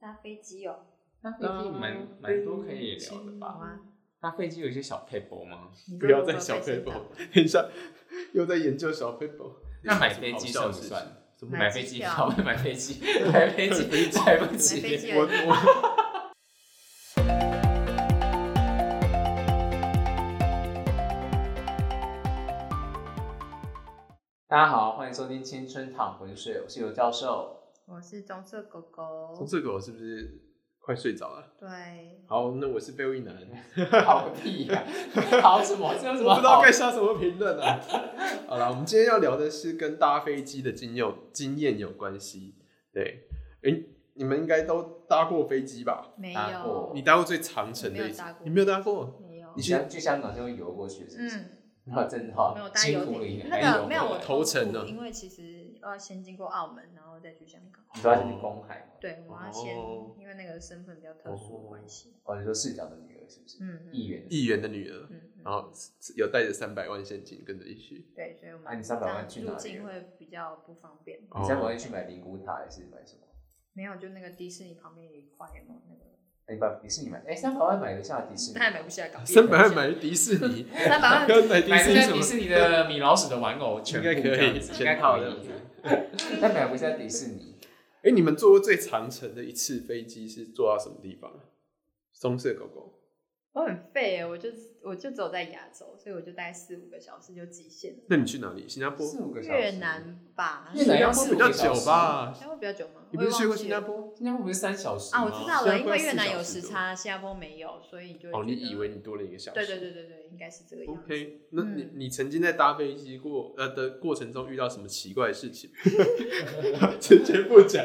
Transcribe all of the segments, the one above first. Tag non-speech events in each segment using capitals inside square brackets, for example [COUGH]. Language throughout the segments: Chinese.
搭飞机哦，搭飞那机吗嗯蛮蛮多可以聊的吧好啊搭飞机有一些小配博吗？你不说要如再果小被配先博打等一下，又在研究小 paper。那买飞机什么算好不算？笑的事情什么买飞机票，买 [LAUGHS] 飞机，买飞机，买不买飞机起。有点我大家好，欢迎收听《青春淌浑水》，我是尤教 [LAUGHS] 授。我是棕色狗从狗，这个我是不是快睡着了？对，好，那我是贝威男， [LAUGHS] 好个屁呀、好什么？这有什么我好？不知道该下什么评论了。好了，我们今天要聊的是跟搭飞机的经验经验有关系。对，诶、你们应该都搭过飞机吧？没搭过有，你搭过最长程的一次我没有搭过你没有搭没有过？你，去去香港就会游过去，是不是？嗯，然后真的哦好没有，搭辛游苦你艇，那个没有我哎我，头程呢呢，因为其实要先经过澳门，然后再去香港，你说要去公海吗？对，我要先哦，因为那个身份比较特殊的关系，哦，你说市长的女儿是不是？嗯，议员的女议员的女儿嗯，嗯嗯然后有带着三百万现金跟着一 [LAUGHS] 起。对，所以我啊们你这300万样去入哪里啊哦境会比较不方便，儿，你在国内去买灵骨塔还是买什么？没有，就那个迪士尼旁边有一块有没有那个，哎你把迪士尼买，哎，三百万买得下迪士尼那？还买不下啊港币，三百万买迪士尼， [LAUGHS] 三百万，跟买迪买士这尼个什迪么？士尼的米老鼠的玩偶，全部应该可以这样子应该好可的以。 [LAUGHS] 但买不下迪士尼，哎、你们坐过最长程的一次飞机是坐到什么地方啊？棕色狗狗，我很废欸耶，我就我就只有在亚洲，所以我就待四五个小时就极限了。那你去哪里？新加坡？啊四五个小时。越南吧，越南要新四加坡五比较个小久时？啊吧？新加坡比较久吗？你不是去过新加坡坡？新加坡不是三小时吗啊？我知道新加了，坡因为越南四小有时时多差，新加坡没有，所以你就会哦，你觉得以为你多了一个小时？啊对对对对对，应该是这个样子。 OK，那你、嗯你曾经在搭飞机过呃的过程中遇到什么奇怪的 [LAUGHS] 事情？直接不讲，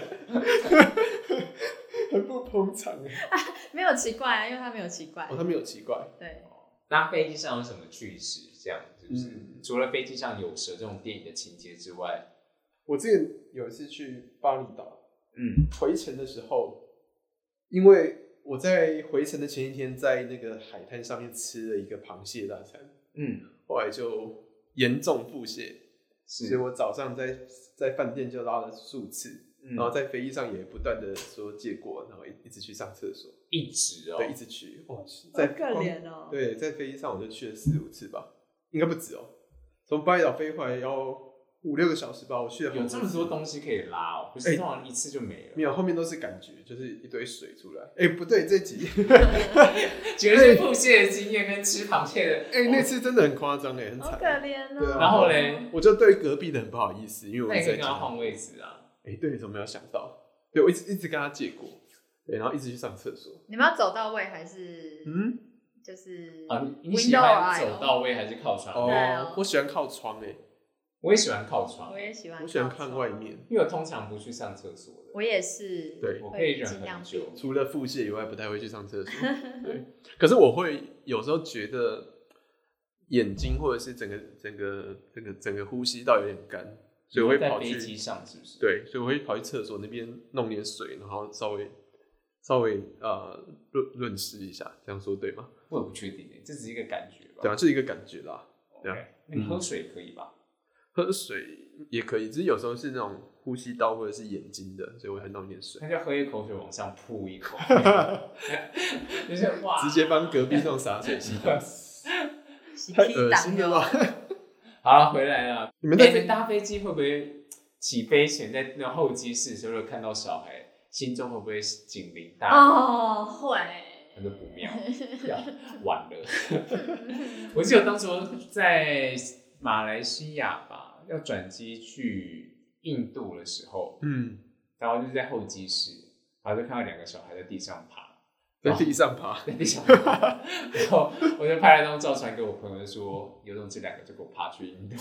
很不捧场哎。没有奇怪啊，因为他没有奇怪哦，。他没有奇怪，对，搭飞机上有什么趣事？这样是不是？嗯除了飞机上有蛇这种电影的情节之外，我之前有一次去巴厘岛，嗯，回程的时候，因为我在回程的前一天在那个海滩上面吃了一个螃蟹大餐，嗯，后来就严重腹泻，所以是，我早上在在饭店就拉了数次，嗯然后在飞机上也不断的说借过，然后一一直去上厕所，一直哦，对，一直去，哇，在好可怜哦。对，在飞机上我就去了四五次吧，应该不止哦、从巴厘岛飞回来要五六个小时吧，我去了好有这么次多东西可以拉哦，不是哎通常一次就没了没。有，后面都是感觉，就是一堆水出来。哎、不对，这集，绝对是腹泻的经验跟吃螃蟹的，哎、那次真的很夸张哎，很好惨可。怜对哦。啊然后嘞，我就对隔壁的很不好意思，因为我那一你直可以在跟讲他，换位置啊。哎、对，怎么没有想到？对我一直一直跟他借过，对，然后一直去上厕所。你们要走到位还是嗯，就是啊，你你喜 window or 欢 aisle 走到位还是靠窗？对啊哦，我喜欢靠窗哎、我也喜欢靠窗我，也喜欢，我喜欢看外，面，因为我通常不去上厕所的，我也是，对我可以忍尽量很久。除了腹泻以外，不太会去 [LAUGHS] 上厕所。对，可是我会有时候觉得眼睛或者是整个整个整个整个呼吸道有点干，所以我会在跑飞去机上是不是？，对，所以我会跑去厕所那边弄点水，然后稍微稍微呃润润湿一下，这样说对吗？我也不确定耶，这只是一个感觉吧。对啊，是一个感觉啦。对啊 OK，那你喝水可以吧？喝水也可以，只是有时候是那种呼吸道或者是眼睛的，所以我会弄点水，那就喝一口水往上扑一 [LAUGHS] 口， [LAUGHS] 就是哇，直接帮隔壁弄洒水系统，洗 [LAUGHS] 太屁恶党心了哟吧？ [LAUGHS] 好了，回来了。你你们在们搭飞机会不会起飞前在那候机室的时候，如果看到小孩，心中会不会警铃大作？哦，会，那就不 [LAUGHS] 妙，要晚了。我记得当时候在马来西亚吧，要转机去印度的时候，嗯，然后就是在候机室，然后就看到两个小孩在地上爬，在地 [LAUGHS] 上爬，在地上爬， [LAUGHS] 然后我就拍了张照传给我朋友说，有种这两个就给我爬去印度，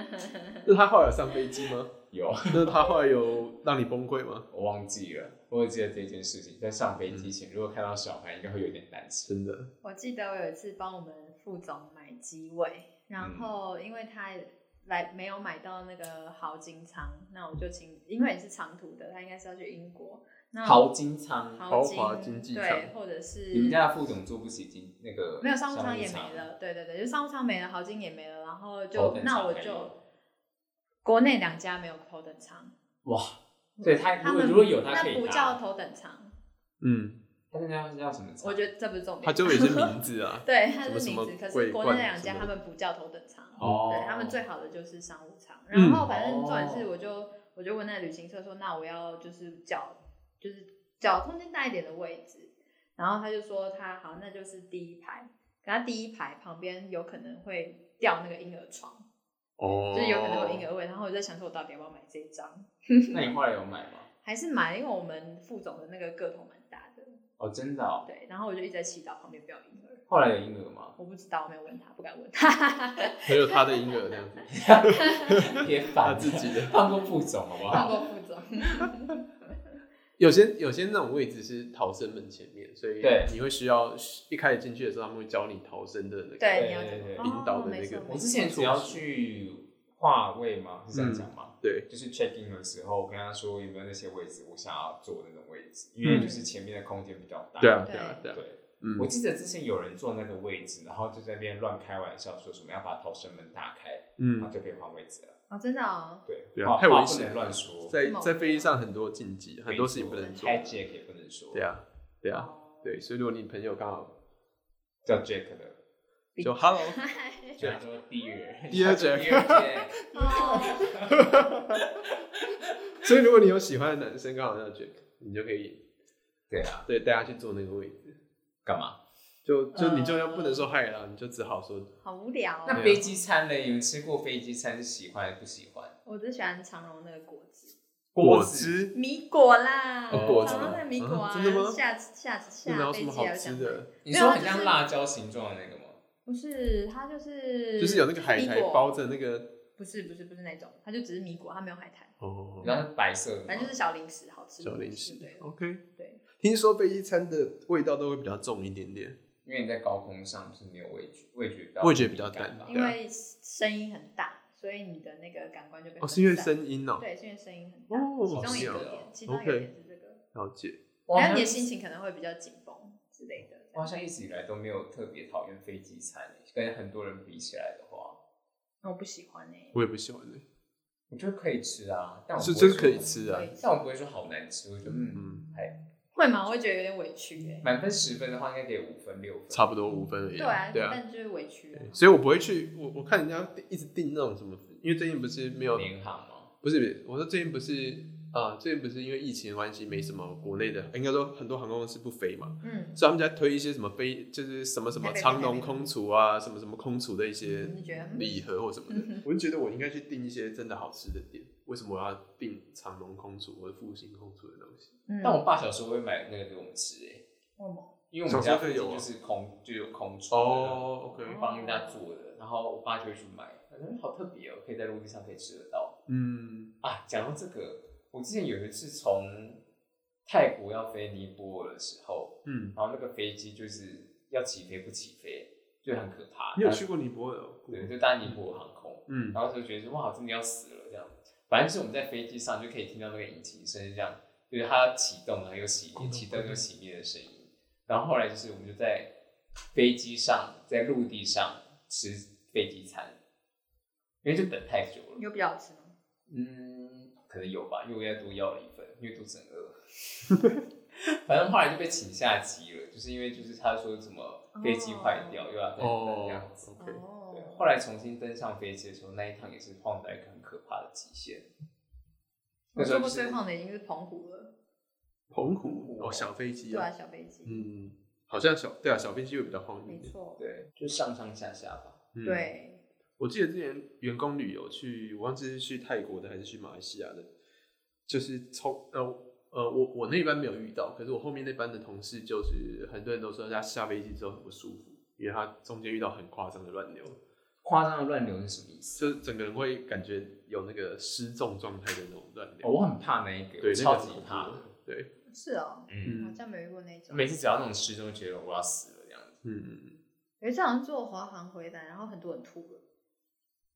[LAUGHS] 那他后来有上飞机吗？有那他后来有让你崩溃吗？我忘记了，我只记得这件事情，在上飞机前，如果看到小孩，应该会有点担心。真的，我记得我有一次帮我们副总买机位，嗯然后因为他来没有买到那个豪金舱，那我就请，因为也是长途的，他应该是要去英国，那我淘金舱，豪豪金华经济舱对，或者是你们家的副总做不起金那个没有商务舱舱也没，了，对对对，就商务舱没了，豪金也没了，然后就头等舱那我还有就国内两家没有头等舱，哇，对他他如果们如果有他可那以不拿叫头等舱，嗯，但是要要什么餐？我觉得这不是重点。，它就也是名字啊对，它是什名么字，可是桂国内冠那两什家么他们不叫头等舱，哦对他们最好的就是商务舱。然嗯后反正重点是，哦我就我就问那旅行社说，那我要就是脚就是脚空间大一点的位置，然后他就说他好，那就是第一排，可他第一排旁边有可能会掉那个婴儿床，哦， [LAUGHS] 就是有可能有婴儿位，然后我在想说，我到底要不要买这一张？那你后来有买吗？还是买，因为我们副总的那个个头蛮大的，哦，真的哦。对，然后我就一直在祈祷旁边不要有婴儿，后来有婴儿吗？ [LAUGHS] 我不知道，我没有问他，不敢问他。还有他的婴儿这样子，别他烦了自己的。 [LAUGHS] 放过副总好不放好？[LAUGHS] 过副总，有些有些那种位置是逃生门前面，所以对你会需要一开始进去的时候，他们会教你逃生的那个。 [LAUGHS] 对，你要对怎对么对引导的那哦个没错没错我之前只要去话位吗？是这样嗯讲吗？对，就是 check in 的时候，我跟他说有没有那些位置，我想要坐那种位置，因为就是前面的空间比较大。嗯对啊，对啊，对啊，对。嗯我记得之前有人坐那个位置，然后就在那边乱开玩笑，说什么要把逃生门打开，然后嗯，就可以换位置了。哦，真的哦，对，对话啊，太话危不险能了。乱说，在在飞机上很多禁忌，很多事情不能做。开 Jack 也不能说，对，啊，对啊，哦，对，所以如果你朋友刚好叫 Jack 的，[LAUGHS] 就 Hello，就他说 Dear Dear Jack Jack， [LAUGHS] 哦，所以如果你有喜欢的男生刚好叫 Jack，你就可以对啊，对带他去坐那个位置，干嘛？就就你就要呃不能说嗨啦，你就只好说好无聊那哦。飞机餐嘞？你们吃过飞机餐？喜欢不喜欢？我只喜欢长荣那个果汁，果汁汁，米果啦，哦果汁长荣那个米果啊啊，真的吗下次下次那哪下有什飞么机好还有吃想买，的？你没有说啊很像就是辣椒形状的那个吗？不是，它就是就是有那个海米苔果包着那个不是不是不是那种，它就只是米果，它没有海苔，哦然后是白色的吗，反正就是小零食，好吃的小东西零食对，OK。对，听说飞机餐的味道都会比较重一点点，因为你在高空上是没有味觉，味觉比较味觉比较敏感淡吧对啊因为声音很大，所以你的那个感官就被哦，是因为分散声音哦，对，是因为声音很大，哦，其中一是个哦点，其中一 OK 个点是这个。了解，我好还有像你的心情可能会比较紧绷之类的。我好像一直以来都没有特别讨厌飞机餐欸，跟很多人比起来的话，那我不喜欢欸哎、我也不喜欢的，我觉得可以吃啊，但我是不会真的可以说吃啊，但我不会说好难吃，我觉得嗯，嗯，会吗？我会觉得有点委屈哎、满分十分的话应该给五分六分，差不多五分而已，对啊，对啊，但就是委屈、啊。所以我不会去，我我看人家一直订那种什么，因为最近不是没有，联航吗？不是不是，我说最近不是啊、最近不是因为疫情的关系，没什么国内的，应该说很多航空公司不飞嘛，嗯，所以他们在推一些什么飞，就是什么什么台北长龙空厨啊，什么什么空厨的一些你就觉得嗯礼盒或什么的，我就觉得我应该去订一些真的好吃的店，为什么我要订长龙空厨或者复兴空厨的东西？嗯但我爸小时候会买那个给我们吃欸诶、为什么因为我们家附近小时候就有啊就是空就有空厨哦，OK 帮人家做的，然后我爸就会去买，反正好特别哦，可以在陆地上可以吃得到嗯，啊。讲到这个，我之前有一次从泰国要飞尼泊尔的时候，嗯，然后那个飞机就是要起飞不起飞，就很可怕。你有去过尼泊尔、哦？对，就搭尼泊尔航空，嗯，然后就觉得说哇，真的要死了这样。反正就是我们在飞机上就可以听到那个引擎声，这样就是它启动然后又熄灭，启动又熄灭的声音。然后后来就是我们就在飞机上，在陆地上吃飞机餐，因为就等太久了。有比较好吃吗？嗯，可能有吧，因为我要多要了一份，因为肚子很饿。 [LAUGHS] 反正后来就被请下机了，就是因为就是他说什么飞机坏掉，又要再等哦这样子。 OK 对，哦，后来重新登上飞机的时候，那一趟也是晃到一个很可怕的极限。我那时做候就过是最胖的已经是澎湖了，澎湖哦，小飞机对啊啊，，小飞机，嗯，好像小对啊，小飞机会比较晃一没点。错，对，就上上下下吧。嗯，对，我记得之前员工旅游去，我忘记是去泰国的还是去马来西亚的，就是从呃呃，我我那班没有遇到，可是我后面那班的同事就是很多人都说他下飞机之后很不舒服，因为他中间遇到很夸张的乱流，夸张的乱流是什么意思？就是整个人会感觉有那个失重状态的那种乱流。哦，我很怕那一个，我对，那个超很级恐怖怕的的。。对，是哦，嗯，好像没遇过那种。每次只要那种失重，觉得我要死了这样子。嗯嗯。嗯有一次好像坐华航回来，然后很多人吐了，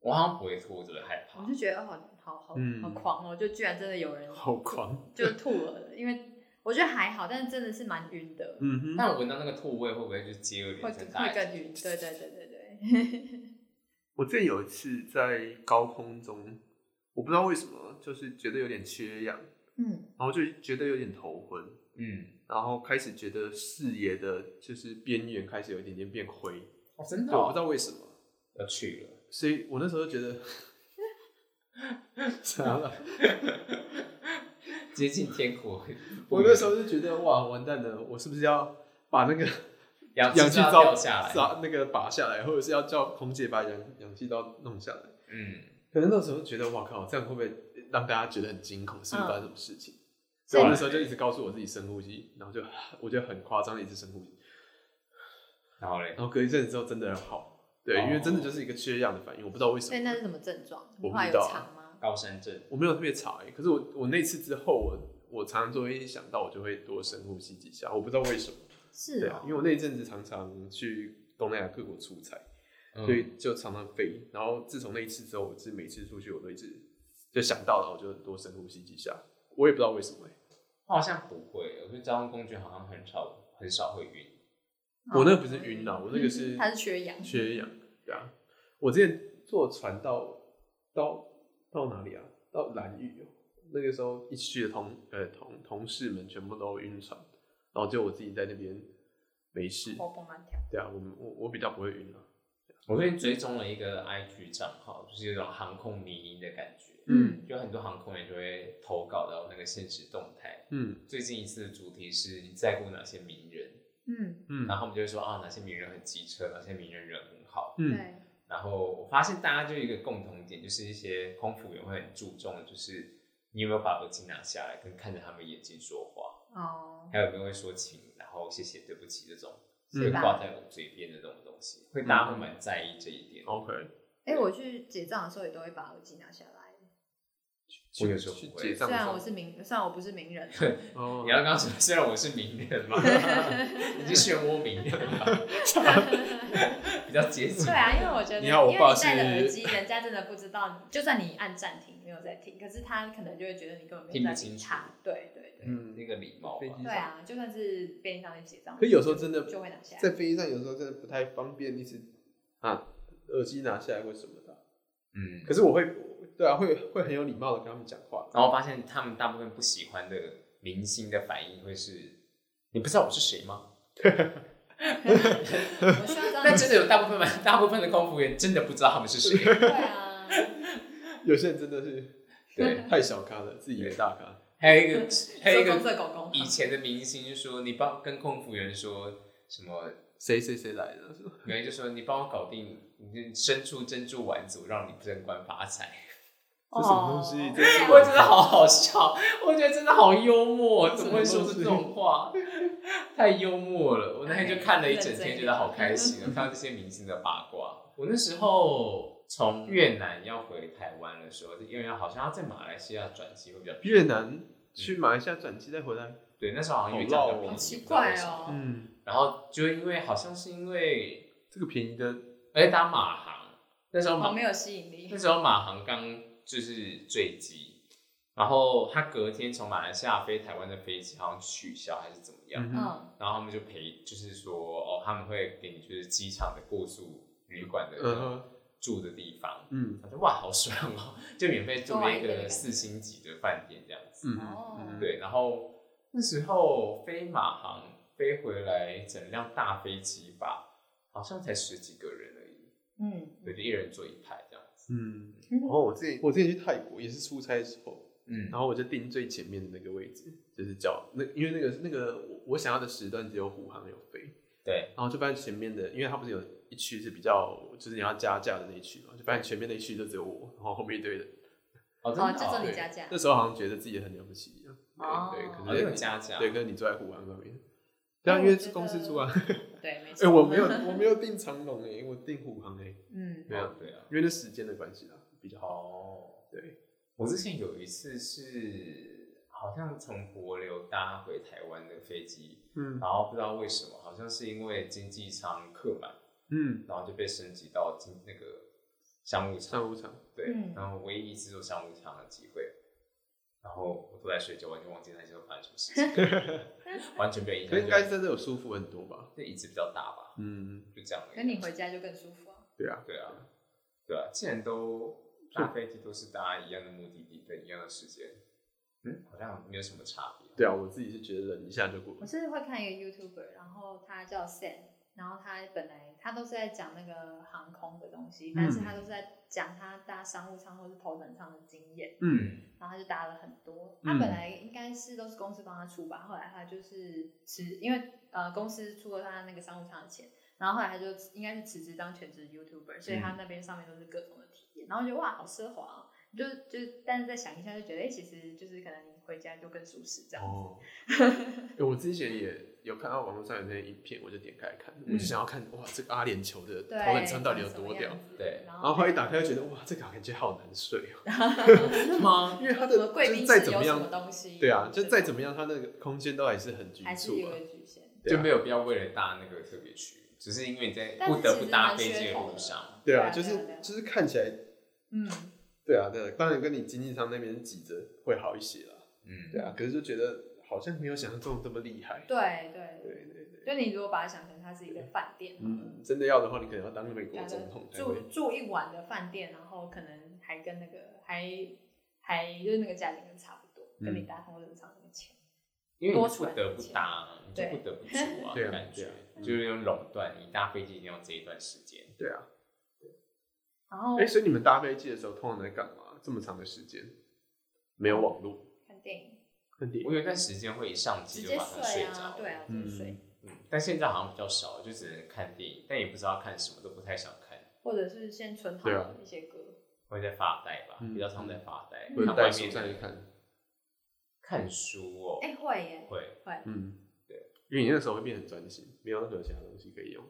我好像不会吐，我只会害怕我。就觉得哦，好好好嗯好狂哦，就居然真的有人 [LAUGHS] 好狂，就吐了，因为我觉得还好，但是真的是蛮晕的，嗯哼，那我闻到那个吐味，会不会就接二会连三打会一更晕，对对对对嗯对，我之前有一次在高空中，我不知道为什么，就是觉得有点缺氧，嗯，然后就觉得有点头昏，嗯，然后开始觉得视野的就是边缘开始有一点点变灰，哦，真对，我不知道为什么，要去了，所以我那时候觉 [LAUGHS] 得啥了，接近天国。我那时候就觉得哇完蛋了，我是不是要把那个氧 [LAUGHS] 氧气气罩罩掉下来，砸那个拔下来，或者是要叫空姐把氧氧气罩弄下来。嗯，可能那时候觉得，哇靠，这样会不会让大家觉得很惊恐？是不是发生什么事情？所以我那时候就一直告诉我自己深呼吸，然后就 [SIGHS] 我就很夸张的一直深呼吸，然后嘞，然后隔一阵子之后真的好，对，哦因为真的就是一个缺氧的反应，我不知道为什所以那么，是什么症状？我不知道后啊来有查吗？高山症，我没有特别查、欸，可是我我那次之后，我我常常就会一想到我就会多深呼吸几下，我不知道为什么，是对啊哦，因为我那一阵子常常去东南亚各国出差，嗯所以就常常飞，然后自从那一次之后，我是每次出去我都一直就想到了，我就多深呼吸几下，我也不知道为什么、欸。我好像不会，我觉得交通工具好像很少很少会晕。我那个不是晕啦，我那个嗯是它是缺氧，缺氧，对啊。我之前坐船到到到哪里啊？到兰屿哦，那个时候一起去的同呃同同事们全部都晕船，然后就我自己在那边没事。活蹦乱跳。对啊，我们我我比较不会晕啊。我最近追踪了一个 IG 账号，就是有一种航空迷因的感觉，嗯就很多航空人就会投稿到那个现实动态。嗯最近一次的主题是你在乎哪些名人，嗯，嗯然后我们就会说啊，哪些名人很机车，哪些名人人很好。嗯对，然后我发现大家就有一个共同点，就是一些空服员会很注重，就是你有没有把耳机拿下来，跟看着他们眼睛说话，哦，还有没有会说请，然后谢谢对不起这种，嗯会挂在我嘴边的这种东西，会大家会蛮在意这一点。 ，OK。哎，我去结账的时候也都会把耳机拿下来，我有时候去不会结账虽的时然候我，是名，虽然我不是名 [LAUGHS] 人，哦你要刚刚说，虽然我是名人嘛，你是漩涡名人嘛，比较接近。对啊，因为我觉得， [LAUGHS] 你看我因为爸你戴着是耳机，人家真的不知道，就算你按暂停没有在听，可是他可能就会觉得你根本没有在听理不清他。对对对，嗯那个礼貌吧飞。机对上，啊，就算是便利商店结账，可有时候真的就会拿下来。 [LAUGHS] 在飞机上有时候真的不太方便，一直啊耳机拿下来或什么的啊。嗯，可是我会，对啊，会会很有礼貌的跟他们讲话。然后发现他们大部分不喜欢的明星的反应会是，你不知道我是谁吗？我需要知道但你真的有大部分蛮大部分的空服员真的不知道他们是谁。对啊，有些人真的是对，太小咖了，自以为大咖。还有一 [LAUGHS] 个还有一色公个色狗公，以前的明星说，你帮跟空服员说什么？谁谁谁来的？有人就说你帮我搞定，你伸出珍珠丸子，我让你升官发财。这什么东西哦这 [LAUGHS] 是我真的好好笑，我觉得真的好幽 [LAUGHS] 默，怎什么么会说出这种 [LAUGHS] 话？太幽默了！我那天就看了一整天，觉得好开 [LAUGHS] 心啊，看到这些明星的八卦。我那时候从越南要回台湾的时候，因为好像要在马来西亚转机会比较越南去马来西亚转机再回来，对，那时候好像有一张好绕比较哦便宜好奇怪。哦，嗯，然后就因为好像是因为这个便宜的，而且打马航，那时嗯候马好没有吸引那力。时候马航刚就是坠机，然后他隔天从马来西亚飞台湾的飞机好像取消还是怎么样，嗯哼，嗯，然后他们就赔，就是说哦他们会给你就是机场的过宿旅馆的那种嗯住的地方，嗯我就哇好爽哦，就免费住多了一玩一点的个感觉四星级的饭店这样子，嗯哦嗯，对，然后那时候飞马航飞回来整辆大飞机吧，好像才十几个人而已，嗯，对，就一人坐一排这样子，嗯。然后我之前我之前去泰国也是出差的时候，嗯然后我就订最前面的那个位置，就是叫那因为那个那个我我想要的时段只有虎航有飞，对。然后就发现前面的，因为它不是有一区是比较就是你要加价的那一区嘛，就发现前面那一区就只有我，然后后面一堆人。哦，真哦，的就哦这对里加价那，时候好像觉得自己很了不起一样，对、哦对，哦可那是种你嘉奖对，可是你坐在虎航上面，那我对啊，因为觉得公司住 [LAUGHS] 啊，对，没哎、错。我没有我没有订长龙哎、我订虎航哎、嗯，对啊，对啊。因为那时间的关系啦，比较好，哦，对，我之前有一次是好像从国流搭回台湾的飞机，嗯然后不知道为什么，好像是因为经济舱客满，嗯，然后就被升级到经那个商务舱，上午场，对，嗯然后唯一一次坐商务舱的机会。然后我都在睡觉，完全忘记那时候发生什么事 [LAUGHS] 情，完全没有印可象。是应该真的有舒服很多吧，就椅子比较大吧，嗯，就这样而已。跟你回家就更舒服啊。对啊，对啊，对啊，既然都搭飞机都是搭一样的目的地跟一样的时间，嗯，好像没有什么差别。对啊，我自己是觉得忍一下就过我了。是会看一个 YouTuber，然后他叫 Sam，然后他本来他都是在讲那个航空的东西，但嗯是他都是在讲他搭商务舱或是头等舱的经验，嗯，然后他就搭了很多。嗯他本来应该是都是公司帮他出吧，后来他就是辞，因为呃公司出了他那个商务舱的钱，然后后来他就应该是辞职当全职 YouTuber，所以嗯他那边上面都是各种的体验，然后觉得哇好奢华、哦，就就但是再想一下就觉得，哎、其实就是可能你回家就更舒适这样子。哦，欸我之前也有看到网络上有那些影片，我就点开看，我嗯就想要看哇，这个阿联酋的对，头等舱到底有多屌长什么样？子对然然后后后来一打开就觉得哇，这个感觉好难睡哦，真的吗？因为它什么的贵就是宾再室怎有么什么样，东西？对啊，就再怎么么样，它那个空间都还是很局还是促有啊。个局限。对啊就没有必要为了搭那个特别去，只是因为你在但是不得其不实搭蛮飞机噱的头路的上，对对啊啊，就对啊对是啊就是看起来，嗯，对啊，对啊，当然跟你经济舱那边挤着会好一些啦。嗯，对啊，可是就觉得好像没有想象中这么厉害。对对，对对对，就你如果把它想成它是一个饭店，嗯，真的要的话，你可能要当美对国啊，总统才住会。住一晚的饭店，然后可能还跟那个还还就是那个价钱跟差不多，嗯跟你搭头等舱那个钱。因为你多出不来得的不钱搭，你就对不得不住啊， [LAUGHS] 对啊感觉对啊嗯就是有种垄断，你搭飞机一定要这一段时间。对啊，然后哎，所以你们搭飞机的时候通常在干嘛？这么长的时间没有网络，看电影，问题我有一段时间会一上直机就接马上睡着啊，，对啊，直接睡，嗯，但现在好像比较少，就只能看电影，但也不知道看什么，都不太想看，或者是先存好对啊一些歌，会在发呆吧，嗯比较常在发呆，或者看带外书面上去的看。看书哦，哎，会耶，会会，嗯，对，因为你那时候会变很专心，没有任何其他东西可以用，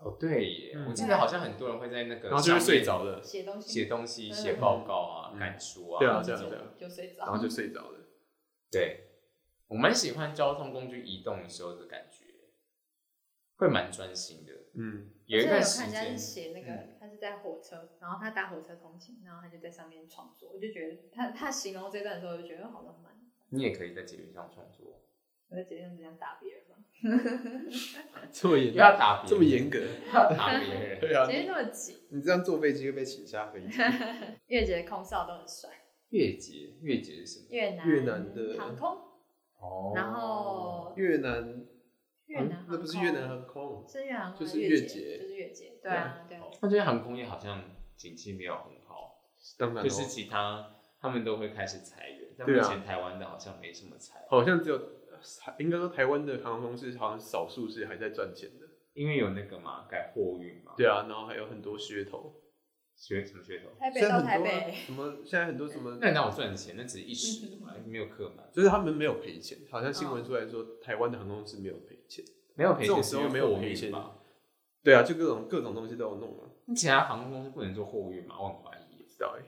哦，对耶，嗯我记得好像很多人会在那个然后就会上面睡着了，写东西，写东西、嗯写报告啊、嗯赶书啊，对啊这对啊种对啊就睡着然。后就睡着了。对，我蛮喜欢交通工具移动的时候的感觉，会蛮专心的。嗯，有一我段记得时有看人间家是，写那个，他是在火车，然后他搭火车通勤，然后他就在上面创作，我就觉得他他形容这段的时候，我就觉得好浪漫。你也可以在捷运上创作，我在街上这样打别人嘛， [LAUGHS] 这么不严，要打别人这么，严格，不要打别人。对啊今，天那么挤，你这样坐飞机会被请下飞机。越捷空少都很帅， [LAUGHS] 越捷，越捷是什么？越南越南的航空，哦然后越南，越南航嗯空那不是越南航空，是越南航空就是越越捷就是越捷，对啊对啊，那最近航空业好像景气没有很好，当然哦就咯是其他他们都会开始裁员，但目对啊前台湾的好像没什么裁，好像只有，应该说台湾的航空公司好像少数是还在赚钱的。因为有那个嘛，改货运嘛，对啊，然后还有很多噱头，学什么噱头？台北现在到很台多啊北，什么现在很多什么，那你让我赚的钱，那只是一时的嗯嘛，没有客满，就是他们没有赔钱，好像新哦闻出来说台湾的航空公司没有赔钱。没有赔这钱种是时因候为没有货赔运钱吧？对啊，就各种各种东西都有弄啊，那其他航空公司不能做货运嘛？我很怀疑不。知道哎、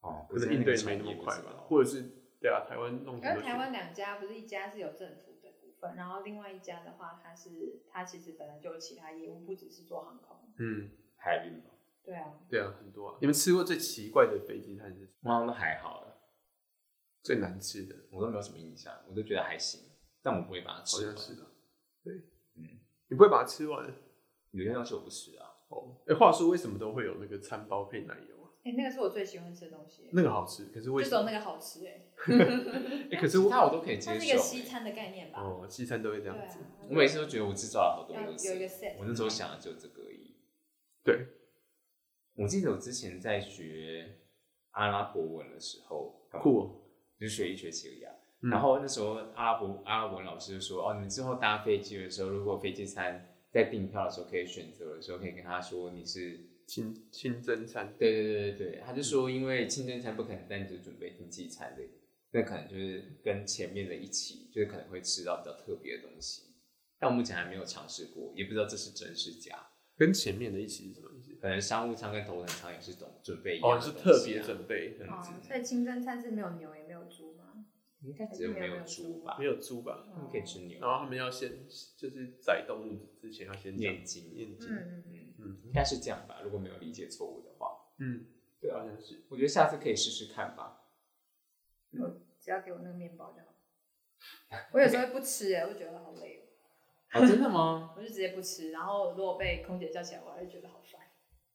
哦，可是应对没那么快吧？或者是对啊，台湾弄因为很多台选湾两家不是一家是有政府的股份，然后另外一家的话，它是它其实本来就有其他业务，不只是做航空，嗯，海运吧，对啊，对啊，很多啊。你们吃过最奇怪的飞机餐是我好像都还好了，最难吃的，我都没有什么印象，我都觉得还行，但我不会把它好吃像完。是的、对，嗯，你不会把它吃完有些东西我不吃啊，哦。哎、话说为什么都会有那个餐包配奶油啊？哎、那个是我最喜欢吃的东西，那个好吃，可是就为什只有么？那个好吃哎、哎、可是其我他我都可以它接是一个受。西餐的概念吧？哦，西餐都会这对样啊子，，我每次都觉得我制造了好多东西，要有一个 set 我那时候想的只有这个而已。啊对，我记得我之前在学阿拉伯文的时候，酷、哦。就学一学期而已啊。嗯然后那时候阿拉伯阿拉伯老师就说：“哦，你们之后搭飞机的时候，如果飞机餐在订票的时候可以选择的时候，可以跟他说你是嗯清清真餐，对对对对对。”他就说：“因为清真餐不可能单独准备经济餐的，那可能就是跟前面的一起，就是可能会吃到比较特别的东西。但我目前还没有尝试过，也不知道这是真是假。跟前面的一起是什么意思？可能商务舱跟头等舱也是总准备一样的哦，你是东特西别啊，准备这样哦子，，所以清真餐是没有牛也没有猪吗？嗯应该只有没有猪吧没？有猪吧？他们可以吃牛然，后他们要先就是宰动物之前要先讲念经，验嗯睛，嗯嗯，嗯嗯嗯，应该是这样吧，如果没有理解错误的话。嗯，对好啊，像是。我觉得下次可以试试看吧。只要给我那个面包就 [LAUGHS] 好。我有时候会不吃哎、我觉得好累哦，哦，真的吗？ [LAUGHS] 我就直接不吃。然后如果被空姐叫起来，我还会觉得好烦。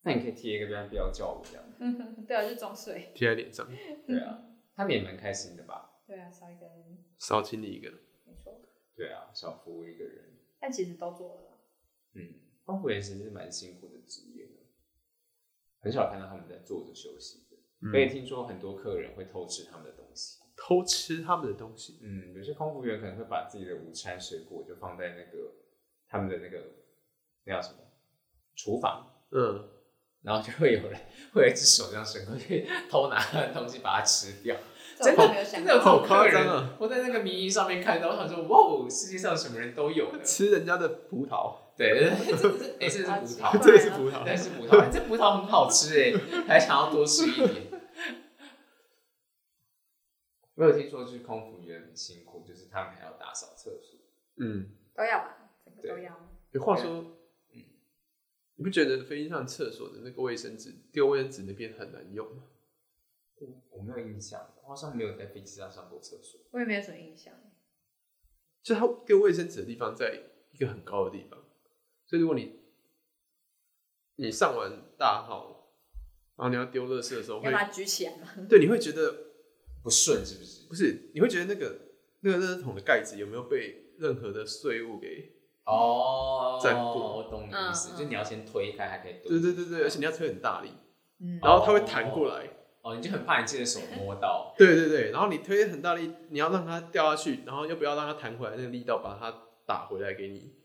那你可以贴一个标标叫我这样。对啊，就装睡。贴在脸上，对啊，他们也蛮开心的吧？对啊，少一个人，少请你一个，没错。对啊，少服务一个人，但其实都做了啦，嗯，光复人其实是蛮辛苦的职业的，很少看到他们在坐着休息的。我也嗯，听说很多客人会偷吃他们的东西，偷吃他们的东西，嗯，有些空服员可能会把自己的午餐水果就放在那个他们的那个那叫什么厨房，嗯，然后就会有人会有一只手这样伸过去偷拿他的东西，把它吃掉。这我倒没有想真的过。有这种好夸客张人啊！我在那个名医上面看到，我想说，哇哦，世界上什么人都有的。吃人家的葡 [LAUGHS] 萄，对， [LAUGHS] 这这哎，这是葡好萄，奇怪这个是葡萄，但是葡萄，哎这葡萄很好吃哎，还想要多吃一点。我有听说，就是空服员很辛苦，就是他们还要打扫厕所。嗯，都要吧，整个对都要。欸话说，你不觉得飞机上厕所的那个卫生纸丢卫生纸那边很难用吗？我我没有印象，我好像没有在飞机上上过厕所。我也没有什么印象。就它丢卫生纸的地方在一个很高的地方，所以如果你你上完大号，然后你要丢垃圾的时候要会把，它举起来嘛？对，你会觉得不顺是不是？不是，你会觉得那个那个垃圾桶的盖子有没有被任何的碎物给？哦，在不我懂你的意思，嗯就你要先推开，还可以蹲对对对对，而且你要推很大力，嗯，然后它会弹过来。哦，你就很怕你自己的手 [LAUGHS] 摸到，对对对，然后你推很大力，你要让它掉下去，然后又不要让它弹回来，那个力道把它打回来给你，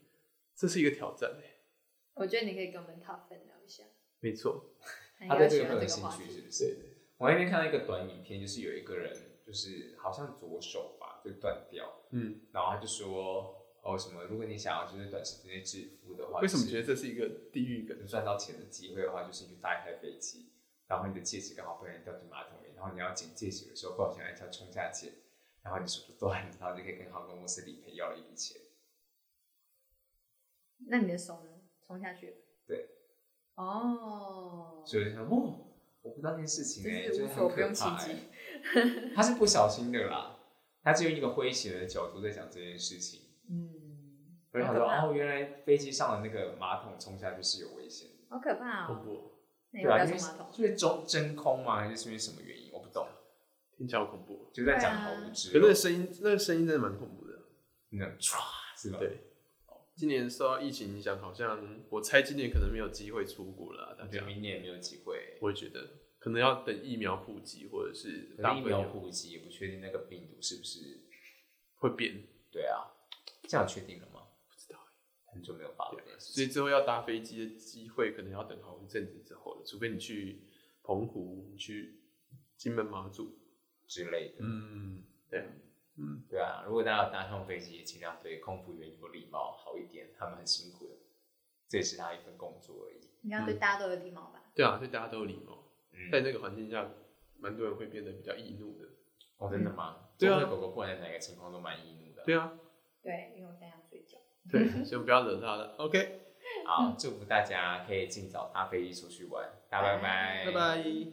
这是一个挑战、欸、我觉得你可以跟我们 top 分聊一下，没错，很他对喜这个欢很有这个兴话趣，题。是不是？我那边看到一个短影片，就是有一个人，就是好像左手吧就断掉，嗯，然后他就说，哦什么，如果你想要就是短时间内致富的话，为什么就是觉得这是一个地狱梗？有赚到钱的机会的话，就是你去搭一台飞机，然后你的戒指刚好不小心掉进马桶里，然后你要捡戒指的时候不小心按下冲下键，然后你手就断了，然后就可以跟航空公司理赔要了一笔钱。那你的手呢？冲下去？对。哦，所以我就想，哦，我不知道这件事情哎、欸，就是就无是所很不用可其怕、极欸。 [LAUGHS] 他是不小心的啦，他是用一个诙谐的角度在讲这件事情。嗯，我就好想可说，怕，哦，原来飞机上的那个马桶冲下去是有危险的。好可怕恐哦！怖哦，那你对要不啊，要因冲为马桶？就是真真空吗？还是是因为什么原因？我不懂，听起来好恐怖哦。就在对讲啊好无知可那哦、个声音，那个声音真的蛮恐怖的。那种唰是吧？对，今年受到疫情影响，好像我猜今年可能没有机会出国了啊，大我觉家得。明年也没有机会。我也觉得可能要等疫苗普及，或者是可大能疫部分苗有普及，也不确定那个病毒是不是会变，对啊，这样确定了吗？不知道欸。很久没有发生这件事所以之后要搭飞机的机会，可能要等好一阵子之后了，除非你去澎湖，你去金门、马祖，之类的。嗯，对啊，嗯，对啊，如果大家有搭上飞机，也尽量对空服员有礼貌好一点，他们很辛苦的，这也是他一份工作而已。你要对大家都有礼貌吧？对啊，对大家都有礼貌，在嗯，那个环境下，蛮多人会变得比较易怒的，哦，真的吗？对啊中国的狗狗不管在哪个情况都蛮易怒的。对啊，对，因为我现在要睡觉。对，所以不要惹他了，OK，哎好，祝福大家可以尽早搭飞机出去玩，大家拜拜，拜拜。